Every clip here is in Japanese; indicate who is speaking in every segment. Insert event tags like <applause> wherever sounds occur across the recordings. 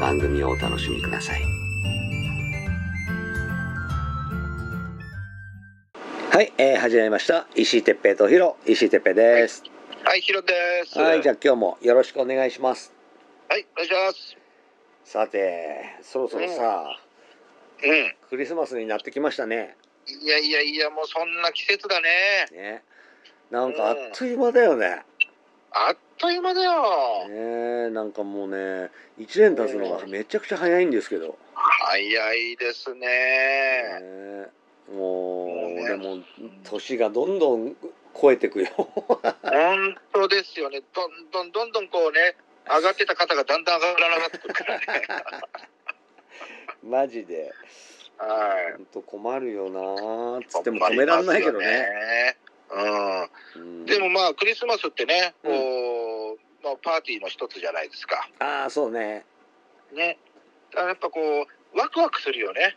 Speaker 1: 番組をお楽しみください。はい、えー、始まりました。石井哲平とヒロ、石井哲平です。
Speaker 2: はい、ヒロです。
Speaker 1: はい、じゃ
Speaker 2: ゃ
Speaker 1: あ今日もよろしくお願いします。
Speaker 2: はい、お願いします。
Speaker 1: さて、そろそろさ、
Speaker 2: う
Speaker 1: クリスマスになってきましたね。
Speaker 2: ん。いやいやいや、もうそんな季節だね。
Speaker 1: ね。なんかあっという間だよね。
Speaker 2: あっという間だよ。
Speaker 1: ねえ、なんかもうね、一年経つのがめちゃくちゃ早いんですけど。
Speaker 2: 早いですね。
Speaker 1: ねえもう、
Speaker 2: もうね
Speaker 1: 俺も年がどんどん超えてくよ。
Speaker 2: 本当ですよね。どんどんどんどんこうね、上がってた方がだんだん上がらなくなってくるからね。
Speaker 1: <laughs> マジで。
Speaker 2: はい。
Speaker 1: ほんと困るよなーっつっても止めらんないけどね。
Speaker 2: 困りますよね。
Speaker 1: うん
Speaker 2: うん。でもまあ、クリスマスってね、
Speaker 1: うん
Speaker 2: こう、まあ、パーティーの一つじゃないですか。
Speaker 1: ああ、そうね。
Speaker 2: ね。だからやっぱこう、ワクワクするよね。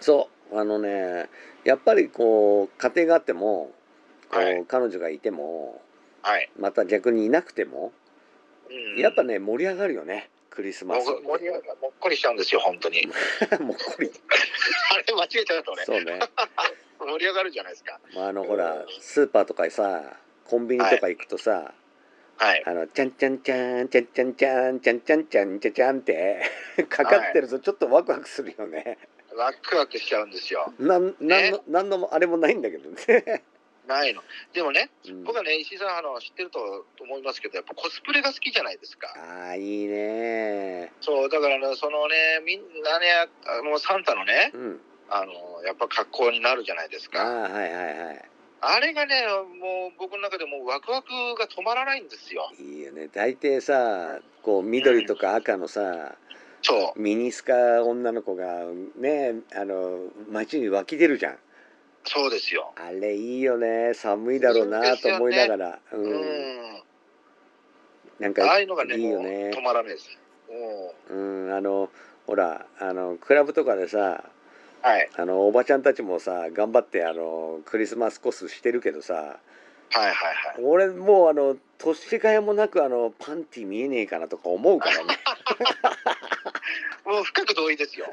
Speaker 1: そう。あのね、やっぱりこう、家庭があっても、こう、
Speaker 2: はい
Speaker 1: 彼女がいても、
Speaker 2: はい。
Speaker 1: また逆にいなくても、
Speaker 2: うん
Speaker 1: やっぱね、盛り上がるよね。クリスマ
Speaker 2: も
Speaker 1: ス。
Speaker 2: う盛り上がもっこりしちゃうんですよ、本当に。
Speaker 1: <laughs> もうこれ
Speaker 2: <laughs> あれ、間違えちゃった、俺。
Speaker 1: そうね。
Speaker 2: 盛り上がるじゃないですか。
Speaker 1: まあ、あの、ほら、スーパーとかさ、コンビニとか行くとさ、
Speaker 2: はい。
Speaker 1: あの、ちゃんちゃんちゃん、ちゃんちゃんちゃん、ちゃんちゃんちゃん、ちゃんちゃんって、 <laughs> かかってるとちょっとワクワクするよね。
Speaker 2: ワクワクしちゃうんですよ。
Speaker 1: なん、なん
Speaker 2: ね
Speaker 1: の、なんのもあれもないんだけど
Speaker 2: <laughs>
Speaker 1: ね。
Speaker 2: ないの。でもね、
Speaker 1: うん
Speaker 2: 僕はね、石井さん、あの、知ってると思いますけど、やっぱコスプレが好きじゃないですか。
Speaker 1: ああ、いいね。
Speaker 2: そう、だからね、そのね、みんなね、あの、サンタのね、
Speaker 1: うん。
Speaker 2: あの、やっぱ格好になるじゃないです
Speaker 1: ああ
Speaker 2: か。、
Speaker 1: はいはいはい。
Speaker 2: あれがね、もう僕の中でもうワクワクが止まらないんですよ。
Speaker 1: いいよね。大抵さ、こう、緑とか赤のさ、
Speaker 2: そう。
Speaker 1: ミニスカ女の子が、ね、あの、街に湧き出るじゃん。
Speaker 2: そうですよ。
Speaker 1: あれいいよね。寒いだろうなと思いながら。
Speaker 2: う
Speaker 1: うん。
Speaker 2: ん。
Speaker 1: なん
Speaker 2: あ
Speaker 1: か
Speaker 2: あ、いうのがね、
Speaker 1: いい
Speaker 2: も
Speaker 1: よ
Speaker 2: う
Speaker 1: ね
Speaker 2: 止まらないです。うん。
Speaker 1: うん、あの、ほら、あの、クラブとかでさ、
Speaker 2: はい。
Speaker 1: あのおばちゃんたちもさ頑張ってあのクリスマスコスしてるけどさ
Speaker 2: はいはいはい。
Speaker 1: 俺もうあの年替えもなくあのパンティ見えねえかなとか思うからね <laughs>
Speaker 2: もう深く同意ですよ。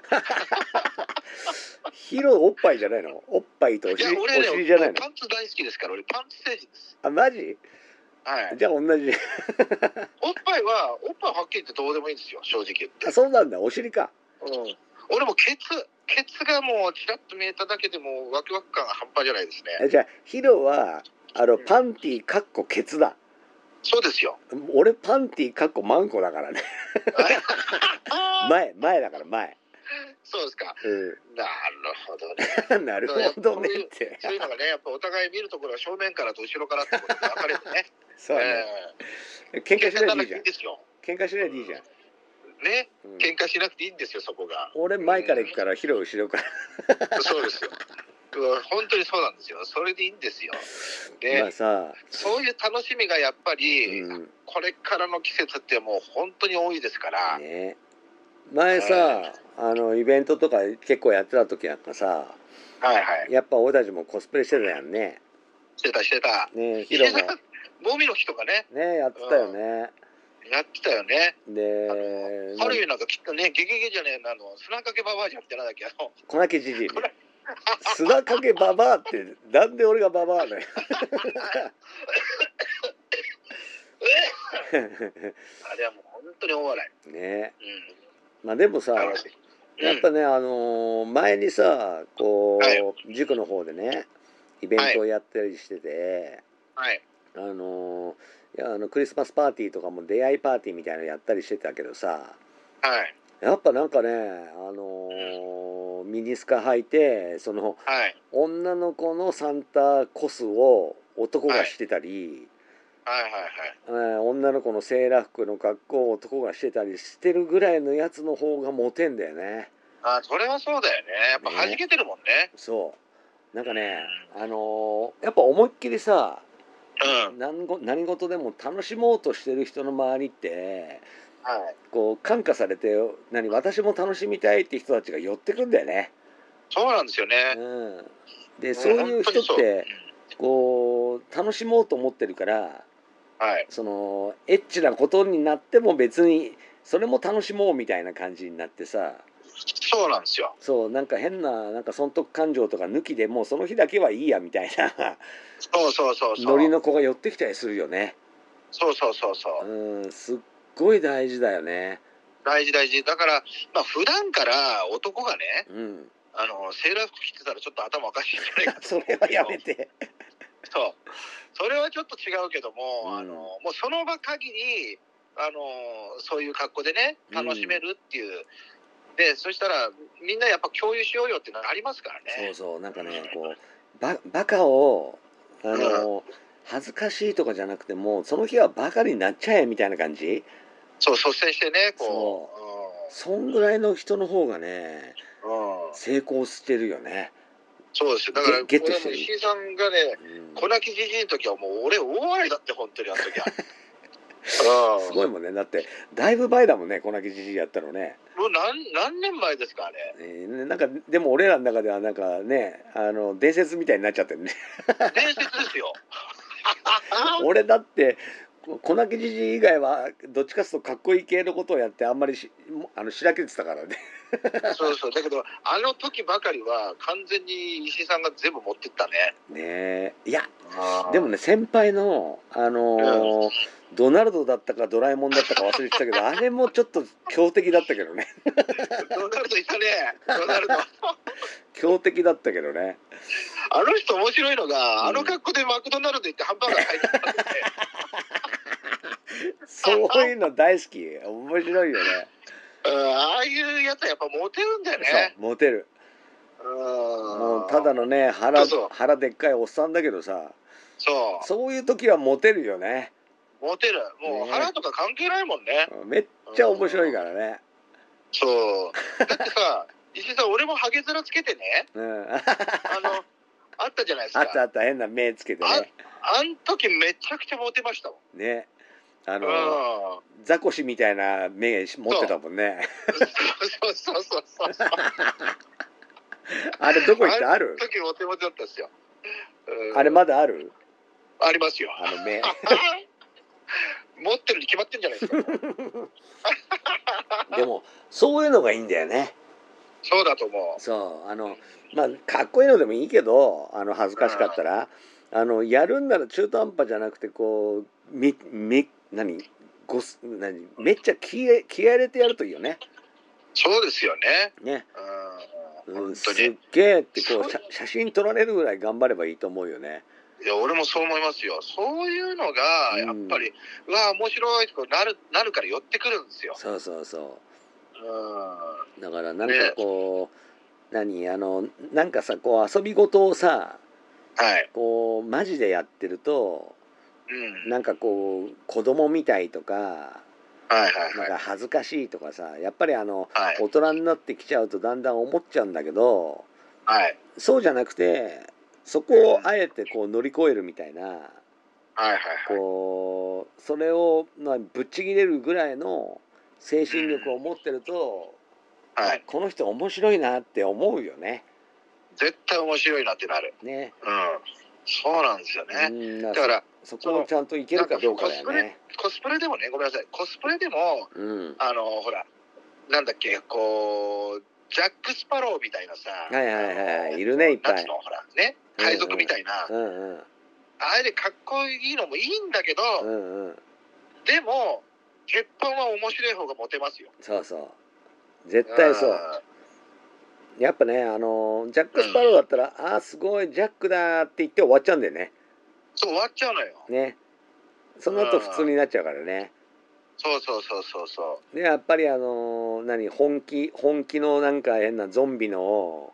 Speaker 1: ヒロおっぱいじゃないのおっぱ <laughs> いとお
Speaker 2: いや
Speaker 1: 尻お
Speaker 2: 俺ね、
Speaker 1: 尻じゃないの
Speaker 2: パンツ大好きですから、俺パンツ星人です。
Speaker 1: あマジ
Speaker 2: はい。
Speaker 1: じゃあ同じ <laughs>
Speaker 2: おっぱいは、おっぱいはっきり言ってどうでもいいんですよ、正直言って
Speaker 1: あ。そうなんだお尻か
Speaker 2: うん。俺もケツ、ケツがもうちらっと見えただけでもうワクワク感が半端じゃないですね。
Speaker 1: えじゃあヒロはあの
Speaker 2: うん
Speaker 1: パンティかっこケツだ
Speaker 2: そうですよ。
Speaker 1: 俺パンティかっこマンコだからね前前だから前
Speaker 2: そうですか。
Speaker 1: う
Speaker 2: なるほど
Speaker 1: <laughs>
Speaker 2: ね。
Speaker 1: んなるほどねって
Speaker 2: そういうのがね、やっぱお互い見るところは正面からと後ろからってことが分かれてね。
Speaker 1: <laughs> そうね喧嘩しないでいいじゃん
Speaker 2: んですよ。
Speaker 1: <laughs> 喧嘩しないでいいじゃん、
Speaker 2: ね、
Speaker 1: うん
Speaker 2: 喧嘩しなくていいんですよ、そこが。
Speaker 1: 俺前から行くからヒロ後ろから
Speaker 2: そうですよ。うん本当にそうなんですよ。それでいいんですよ。で、
Speaker 1: まあさ、
Speaker 2: そういう楽しみがやっぱり、
Speaker 1: うん
Speaker 2: これからの季節ってもう本当に多いですから。
Speaker 1: ね、前さあのイベントとか結構やってた時なんかさ
Speaker 2: はいはい。
Speaker 1: やっぱ俺たちもコスプレしてたやんね
Speaker 2: してたしてた。
Speaker 1: ねヒ
Speaker 2: 石
Speaker 1: ロ
Speaker 2: 井
Speaker 1: も
Speaker 2: さん、
Speaker 1: <laughs>
Speaker 2: ボミの日とかね、
Speaker 1: ねやってたよね、
Speaker 2: やってたよね。あ
Speaker 1: で
Speaker 2: の、ハロウィンなんかきっとね、ゲゲゲじゃねえなあの、砂かけばばあじゃんってなんだっけ、あの、
Speaker 1: 粉けじじいね <laughs> 砂かけババアってなんで俺がババアだよ <laughs>
Speaker 2: あれはもう本当に大笑
Speaker 1: ね
Speaker 2: い。うん。
Speaker 1: まあでもさ、
Speaker 2: 楽しい。
Speaker 1: やっぱね、あのー前にさこう、
Speaker 2: はい
Speaker 1: 塾の方でねイベントをやったりしてて、
Speaker 2: うん、はい。
Speaker 1: あのーいやあのクリスマスパーティーとかも出会いパーティーみたいなのやったりしてたけどさ
Speaker 2: はい。
Speaker 1: やっぱなんかね、あのーミニスカ履いてその
Speaker 2: はい。
Speaker 1: 女の子のサンタコスを男がしてたり、
Speaker 2: はい。はい。
Speaker 1: えー女の子のセーラー服の格好を男がしてたりしてるぐらいのやつの方がモテんだよね。
Speaker 2: はい。あ、それはそうだよね。やっぱ弾けてるもんね。
Speaker 1: そうなんかねあのーやっぱ思いっきりさ
Speaker 2: うん。
Speaker 1: 何ご何事でも楽しもうとしてる人の周りって
Speaker 2: はい。
Speaker 1: こう感化されて何私も楽しみたいって人たちが寄ってくんだよね。
Speaker 2: そうなんですよね。
Speaker 1: うん、でそういう人ってこう楽しもうと思ってるから
Speaker 2: はい。
Speaker 1: そのエッチなことになっても別にそれも楽しもうみたいな感じになってさ
Speaker 2: そうなんですよ。
Speaker 1: そうなんか変ななんか損得感情とか抜きでもうその日だけはいいやみたいな。
Speaker 2: そうそうそうそう。
Speaker 1: ノリの子が寄ってきたりするよね
Speaker 2: そうそうそうそう。
Speaker 1: うんすっごい大事だよね
Speaker 2: 大事大事。だから、まあ普段から男がね、
Speaker 1: うん
Speaker 2: あの、セーラー服着てたらちょっと頭おかしいんじゃないか
Speaker 1: <laughs>
Speaker 2: と
Speaker 1: それはやめて
Speaker 2: そう。それはちょっと違うけども、
Speaker 1: うん
Speaker 2: あの、もうその場限り、あの、そういう格好でね、楽しめるっていう。で、そしたら、みんなやっぱ共有しようよっていうのがありますから
Speaker 1: そう
Speaker 2: ね。
Speaker 1: そうなんかねこうババカをあの恥ずかしいとかじゃなくてもうその日はバカになっちゃえみたいな感じ
Speaker 2: そう、率先してね、こ
Speaker 1: そんぐらいの人の方がね
Speaker 2: う。うん。うん
Speaker 1: 成功してるよね、
Speaker 2: そうですよ。だから、
Speaker 1: ゲゲット
Speaker 2: 俺
Speaker 1: して
Speaker 2: も
Speaker 1: る
Speaker 2: 石井さんがね、
Speaker 1: うん、
Speaker 2: 粉木じじいの時はもう俺大笑いだって本当にあの
Speaker 1: <laughs>
Speaker 2: 時は。
Speaker 1: す
Speaker 2: うん
Speaker 1: ごいもんねだってだいぶ前だもんねこなきじじいやったのね、
Speaker 2: もう何何年前ですかあれ。
Speaker 1: えーなんかでも俺らの中ではなんかねあの伝説みたいになっちゃってるね
Speaker 2: 伝説で
Speaker 1: <laughs>
Speaker 2: すよ。
Speaker 1: 俺だってこ粉木じじい以外はどっちかっつうとかっこいい系のことをやってあんまりしもあのしらけてたからね <laughs>
Speaker 2: そうそう。だけどあの時ばかりは完全に石井さんが全部持ってったね。
Speaker 1: ねえいやでも
Speaker 2: ね。
Speaker 1: ね先輩のあのードナルドだったかドラえもんだったか忘れてたけ <laughs> どあれもちょっと強敵だったけどね
Speaker 2: ドナルドいたね。ドナルド。
Speaker 1: 強敵だったけどね
Speaker 2: あの人面白いの
Speaker 1: うん
Speaker 2: が、あの格好でマクドナルド行ってハンバーガー買いに行ったんで。
Speaker 1: そういうの大好き面白いよね
Speaker 2: うんああいうやつはやっぱモテるんだよね。
Speaker 1: そうモテる
Speaker 2: うん
Speaker 1: もうただのね腹
Speaker 2: そうそう
Speaker 1: 腹でっかいおっさんだけどさ
Speaker 2: そう。
Speaker 1: そういう時はモテるよね
Speaker 2: モテる。もう
Speaker 1: ね
Speaker 2: 腹とか関係ないもんね。
Speaker 1: めっちゃ面白いからね
Speaker 2: そう。だって
Speaker 1: <laughs>
Speaker 2: さ、石井さん、俺もハゲ面つけてね、
Speaker 1: うん
Speaker 2: あの、あったじゃないですか。
Speaker 1: あったあった変な目つけてね
Speaker 2: あん時めちゃくちゃモテましたもん。
Speaker 1: ねあ
Speaker 2: う
Speaker 1: の
Speaker 2: ん。
Speaker 1: ザコシみたいな目持ってたもんね
Speaker 2: そうそうそうそう。そう
Speaker 1: あれどこ行ったある
Speaker 2: 時モテモテだったんですよ。うん
Speaker 1: あれまだある
Speaker 2: あります
Speaker 1: <laughs>
Speaker 2: よ。
Speaker 1: あの目
Speaker 2: 持ってるに決まってんじゃないですか。
Speaker 1: でもそういうのがいいんだよね
Speaker 2: そうだと思う。
Speaker 1: そうあのまあかっこいいのでもいいけどあの恥ずかしかったらあのやるんなら中途半端じゃなくてこうみみ何ごす何めっちゃ気合気合入れてやるといいよね
Speaker 2: そうですよね。
Speaker 1: ね
Speaker 2: うん。
Speaker 1: うん、
Speaker 2: 本
Speaker 1: す
Speaker 2: 当
Speaker 1: っ
Speaker 2: に。
Speaker 1: げえってこう写写真撮られるぐらい頑張ればいいと思うよね。
Speaker 2: いや、俺もそう思いますよ。そういうのが、やっぱり、うわあ、面白いとなる、なるから寄ってくるんですよ。
Speaker 1: そうそうそう。
Speaker 2: うん。
Speaker 1: だからなんかこう、何あのなんかさこう遊び事をさ
Speaker 2: はい。
Speaker 1: こうマジでやってると
Speaker 2: うん。
Speaker 1: なんかこう子供みたいとか
Speaker 2: はいはい
Speaker 1: な
Speaker 2: は
Speaker 1: ん
Speaker 2: い。
Speaker 1: か恥ずかしいとかさやっぱりあの
Speaker 2: はい。
Speaker 1: 大人になってきちゃうとだんだん思っちゃうんだけど
Speaker 2: はい。
Speaker 1: そうじゃなくてそこをあえてこう乗り越えるみたいな
Speaker 2: はいはいはい。
Speaker 1: こうそれを、まあ、ぶっちぎれるぐらいの精神力を持ってると、
Speaker 2: はい。
Speaker 1: この人面白いなって思うよね。
Speaker 2: 絶対面白いなってなる。
Speaker 1: ね。
Speaker 2: うん。そうなんですよね。
Speaker 1: うん、
Speaker 2: だ
Speaker 1: だ
Speaker 2: か
Speaker 1: から
Speaker 2: ら、
Speaker 1: そこをちゃんといけるかどうかだよね。
Speaker 2: コスプレでもね、ごめんなさい。コスプレでも、
Speaker 1: うん。
Speaker 2: あの、ほら、なんだっけ、こう、ジャック・スパローみたいなさ、
Speaker 1: はいはいはいはいいるねいっぱい
Speaker 2: 夏のほら、ね、海賊みたいな、
Speaker 1: うんうん
Speaker 2: あれでかっこいいのもいいんだけど、
Speaker 1: うんうん。
Speaker 2: でも、鉄板は面白い方がモテますよ。
Speaker 1: そうそう。絶対そうんやっぱねあのジャック・スパローだったら「ああーすごいジャックだ」って言って終わっちゃうんだよね
Speaker 2: そう終わっちゃうのよ
Speaker 1: ねその後普通になっちゃうからね
Speaker 2: そうそうそうそうそ
Speaker 1: でやっぱりあの何本気本気のなんか変なゾンビの
Speaker 2: う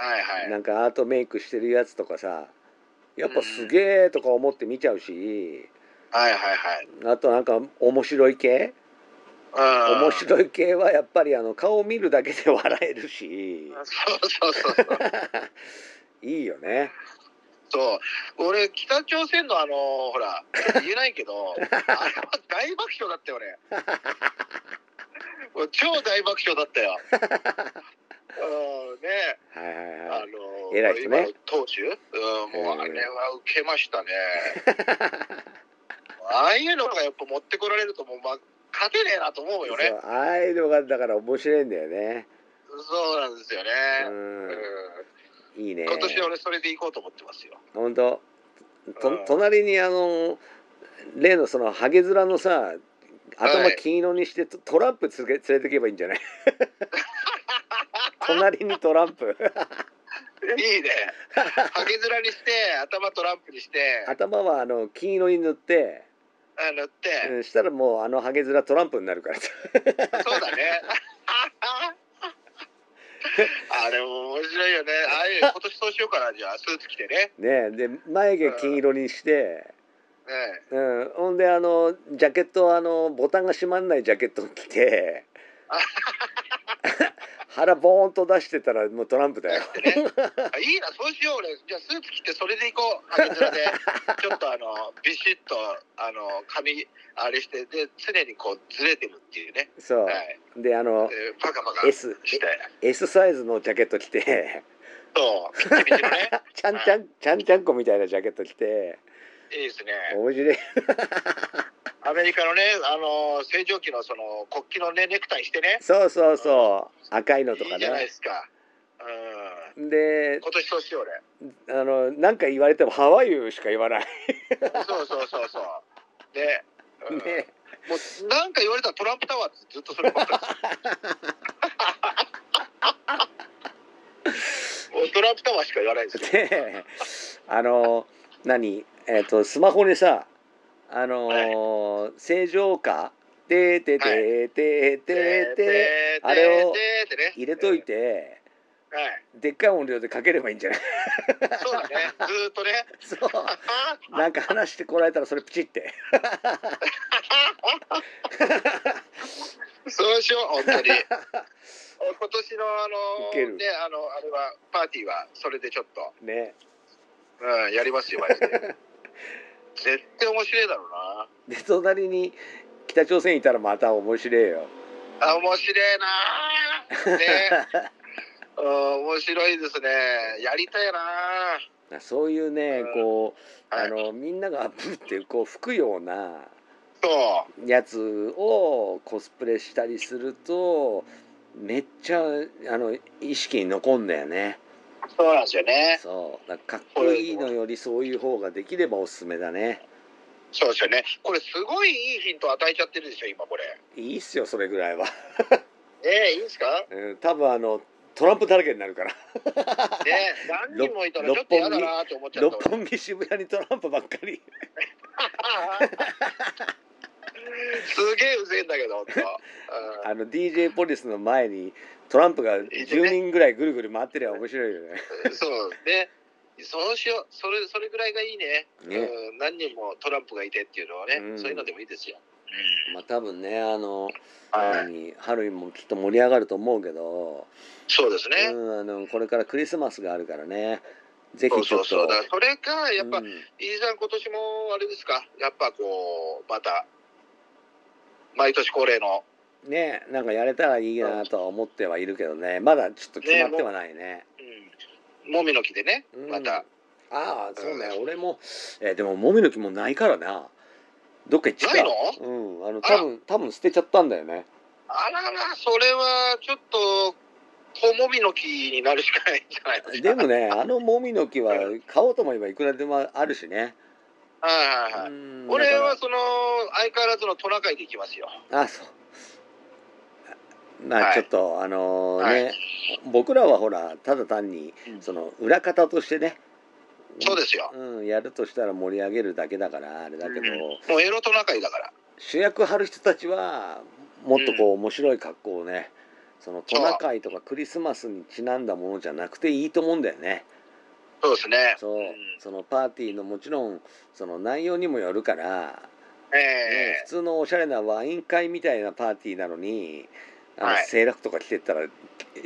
Speaker 2: はいはい
Speaker 1: なんかアートメイクしてるやつとかさやっぱすげえとか思って見ちゃうし
Speaker 2: はいはいはい
Speaker 1: あとなんか面白い系
Speaker 2: うん
Speaker 1: 面白い系はやっぱりあの顔を見るだけで笑えるし
Speaker 2: そうそうそうそう
Speaker 1: いいよね
Speaker 2: そう俺北朝鮮のあのほら言えないけどあれは大爆笑だったよ俺もう超大爆笑だったようんね
Speaker 1: はいはい
Speaker 2: あ
Speaker 1: はい
Speaker 2: の
Speaker 1: 偉い人ね
Speaker 2: 今の当主、うん、もうあれは受けましたね <laughs> ああいうのがやっぱ持ってこられるともう、まあ、勝てねえなと思うよね
Speaker 1: そうああいうのがだから面白いんだよね
Speaker 2: そうなんですよね、うん
Speaker 1: うんいいね
Speaker 2: 今年は俺それで行こうと思ってますよ
Speaker 1: 本当と
Speaker 2: うん
Speaker 1: 隣にあの例のそのハゲ面のさ頭
Speaker 2: はい
Speaker 1: 金色にしてトトランプつけ連れてけばいいん
Speaker 2: <laughs>
Speaker 1: じゃない隣にトランプ
Speaker 2: いいね。ハゲ面にして、頭トランプにして、あ
Speaker 1: 頭はあの金色に塗って、
Speaker 2: 塗って、
Speaker 1: うん、したらもうあのハゲ面トランプになるからさ
Speaker 2: そうだね。あれも面白いよね。ああいう、今年そうしようかな、じゃあ、スーツ着てね。
Speaker 1: ねで眉毛金色にして、
Speaker 2: ね
Speaker 1: うん、ほんであのジャケットはあのボタンが閉まんないジャケットを着
Speaker 2: <laughs>
Speaker 1: て腹ボーンと出してたらもうトランプだよ
Speaker 2: 出してね。あいいな、そうしよう、俺。じゃあ、スーツ着て、それで行こう。ハゲ面で。ちょっと、あの、ビシッと、あの、髪、あれして、で、常にこう、ずれてるっていうね。
Speaker 1: そう、
Speaker 2: はい。
Speaker 1: であの
Speaker 2: でパカパカして。
Speaker 1: S, S サイズのジャケット着て <laughs>
Speaker 2: そう、ピッチピチのね。
Speaker 1: ちゃんちゃんちゃんちゃんこみたいなジャケット着て
Speaker 2: いいですね。
Speaker 1: 面白い
Speaker 2: アメリカのね、あのー星条旗のその国旗のねネクタイしてね、
Speaker 1: そうそうそう赤いのと
Speaker 2: い
Speaker 1: か
Speaker 2: いじゃないで
Speaker 1: ね
Speaker 2: すか。うん。
Speaker 1: で
Speaker 2: 今年そうしようね。
Speaker 1: あのなんか言われてもハワイユーしか言わない
Speaker 2: そうそうそうそう。で、うん
Speaker 1: ね
Speaker 2: もうなんか言われたらトランプタワーってずっとそればっか
Speaker 1: <laughs>
Speaker 2: り。もうトランプタワーしか言わないですよ。
Speaker 1: であの何えっ、とスマホにさあのー正常化でてててててあれを
Speaker 2: ででね
Speaker 1: 入れとい。て
Speaker 2: はい。
Speaker 1: でっかい音量でかければいいん
Speaker 2: <laughs>
Speaker 1: じゃない
Speaker 2: そうだね。ずーっとね。
Speaker 1: そう
Speaker 2: あ
Speaker 1: なんか話してこられたらそれプチって
Speaker 2: そうしよう、本
Speaker 1: <laughs>
Speaker 2: 当に。今年の
Speaker 1: い
Speaker 2: あ
Speaker 1: け
Speaker 2: の、
Speaker 1: る
Speaker 2: ね、あの、あれは、パーティーは、それでちょっと、
Speaker 1: ね
Speaker 2: うん、やりますよ、
Speaker 1: <laughs>
Speaker 2: マジで。絶対面白いだろ
Speaker 1: で隣に北朝鮮いたらまた面白いよ
Speaker 2: うな。あ、面白いな。ね、うん、面白いですね。やりたいな。
Speaker 1: そういうね
Speaker 2: うん
Speaker 1: こう
Speaker 2: は
Speaker 1: あ
Speaker 2: い
Speaker 1: のみんながブってこう吹くような
Speaker 2: そ
Speaker 1: やつをコスプレしたりするとめっちゃあの意識に残んだよね
Speaker 2: う、そうなんですよね。
Speaker 1: そうだからかっこいいのよりそういう方ができればおすすめだね
Speaker 2: そうですよね。これ、すごいいいヒント与えちゃってるでしょ、今これ。
Speaker 1: いいっすよそれぐらいは、
Speaker 2: ね、いいんですか。
Speaker 1: うん、多分あのトランプだらけになるから <laughs>
Speaker 2: ね、何人もいたら、ちょっと嫌だなって思っちゃった
Speaker 1: 六。本木渋谷にトランプばっかり
Speaker 2: すげえうぜえんだけど、本当。うん
Speaker 1: あの DJ ポリスの前にトランプが10人ぐらいぐるぐる回ってりゃ面白いよね
Speaker 2: そうね。そうしよう。それ、それぐらいがいいね。
Speaker 1: ね
Speaker 2: うん、何人もトランプがいてっていうのはね、
Speaker 1: うん
Speaker 2: そういうのでもいいですよ。
Speaker 1: まあ多分ねあの、
Speaker 2: はい。
Speaker 1: 何ハロウィンもきっと盛り上がると思うけど
Speaker 2: そうですね。
Speaker 1: うん、あのこれからクリスマスがあるからねぜ
Speaker 2: そ
Speaker 1: ひ
Speaker 2: う
Speaker 1: ちょ
Speaker 2: そ
Speaker 1: っと
Speaker 2: うそう。だからそれか、やっぱ、
Speaker 1: うん
Speaker 2: 飯さん今年もあれですか、やっぱこう、また、毎年恒例の、
Speaker 1: ねなんかやれたらいいなとは思ってはいるけどねまだちょっと決まってはないね
Speaker 2: うん、もみの木でね、
Speaker 1: うん
Speaker 2: また、
Speaker 1: ああそうね、
Speaker 2: うん
Speaker 1: 俺も、えーでももみの木もないからなどっか行っちゃっ
Speaker 2: ないの
Speaker 1: たうんあの
Speaker 2: あら
Speaker 1: 多分多分捨てちゃったんだよ
Speaker 2: <laughs>
Speaker 1: ね
Speaker 2: あらら、それはちょっと、小もみの木になるしかないんじゃないですか。
Speaker 1: でもねあのもみの木は買おうと思えばいくらでもあるしね
Speaker 2: はいはいはい。
Speaker 1: うん
Speaker 2: 俺
Speaker 1: だから
Speaker 2: はその相変わらずのトナカイで行きますよ。
Speaker 1: あそうま
Speaker 2: は
Speaker 1: あ
Speaker 2: い
Speaker 1: ちょっと、あの
Speaker 2: は
Speaker 1: ね、
Speaker 2: い
Speaker 1: 僕らはほらただ単に
Speaker 2: うん
Speaker 1: その裏方としてね、
Speaker 2: そうですよ。
Speaker 1: うん、やるとしたら盛り上げるだけだからあれだけど、
Speaker 2: もうエロトナカイだから。
Speaker 1: 主役張る人たちはもっとこう面白い格好をね、そのトナカイとかクリスマスにちなんだものじゃなくていいと思うんだよね。
Speaker 2: そうですね。
Speaker 1: そう、
Speaker 2: ん
Speaker 1: そのパーティーのもちろんその内容にもよるから、ね
Speaker 2: え
Speaker 1: 普通のおしゃれなワイン会みたいなパーティーなのにあの、
Speaker 2: はい
Speaker 1: セイラクとか着てったら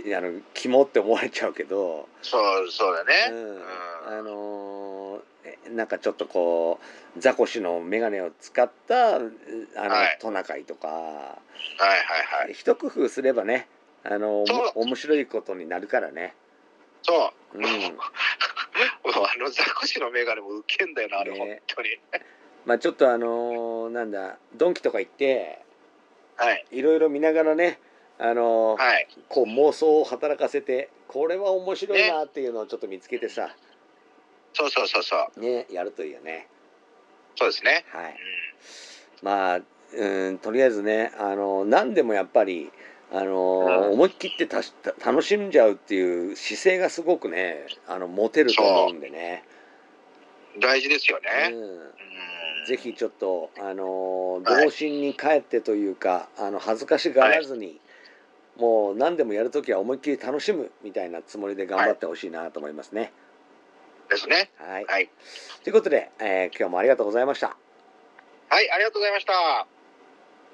Speaker 1: きあのキモって思われちゃうけど、
Speaker 2: えそう、そうだ
Speaker 1: う
Speaker 2: ね。
Speaker 1: ん
Speaker 2: うん
Speaker 1: あのーえなんかちょっとこうザコシの眼鏡を使ったあの、
Speaker 2: はい
Speaker 1: トナカイとか、
Speaker 2: はいはいはい。
Speaker 1: 一工夫すればねあのお
Speaker 2: そう
Speaker 1: も面白いことになるからね。
Speaker 2: そうう。
Speaker 1: ん
Speaker 2: もうもうあのザコシのメガネもウケんだよな、あれ、
Speaker 1: ね
Speaker 2: 本当に。
Speaker 1: まあ、ちょっとあのーなんだドンキとか行って
Speaker 2: はい。
Speaker 1: いろいろ見ながらねあのー
Speaker 2: はい。
Speaker 1: こう妄想を働かせてこれは面白いなっていうのをちょっと見つけてさ
Speaker 2: そうそうそうそう。
Speaker 1: ねやるといいよね
Speaker 2: そうですね。
Speaker 1: はい
Speaker 2: うん
Speaker 1: まあうんとりあえずねあの何でもやっぱりあの
Speaker 2: うん
Speaker 1: 思い切ってたした楽しんじゃうっていう姿勢がすごくねあのモテると思うんでね
Speaker 2: 大事ですよね。
Speaker 1: う
Speaker 2: うん
Speaker 1: んぜひちょっとあの
Speaker 2: はい
Speaker 1: 童心に帰ってというかあの恥ずかしがらずにもう何でもやるときは思いっきり楽しむみたいなつもりで頑張ってほしいなと思いますね。
Speaker 2: ですね。
Speaker 1: はい
Speaker 2: はい。
Speaker 1: ということで、えー今日もありがとうございました。
Speaker 2: はい、ありがとうございました。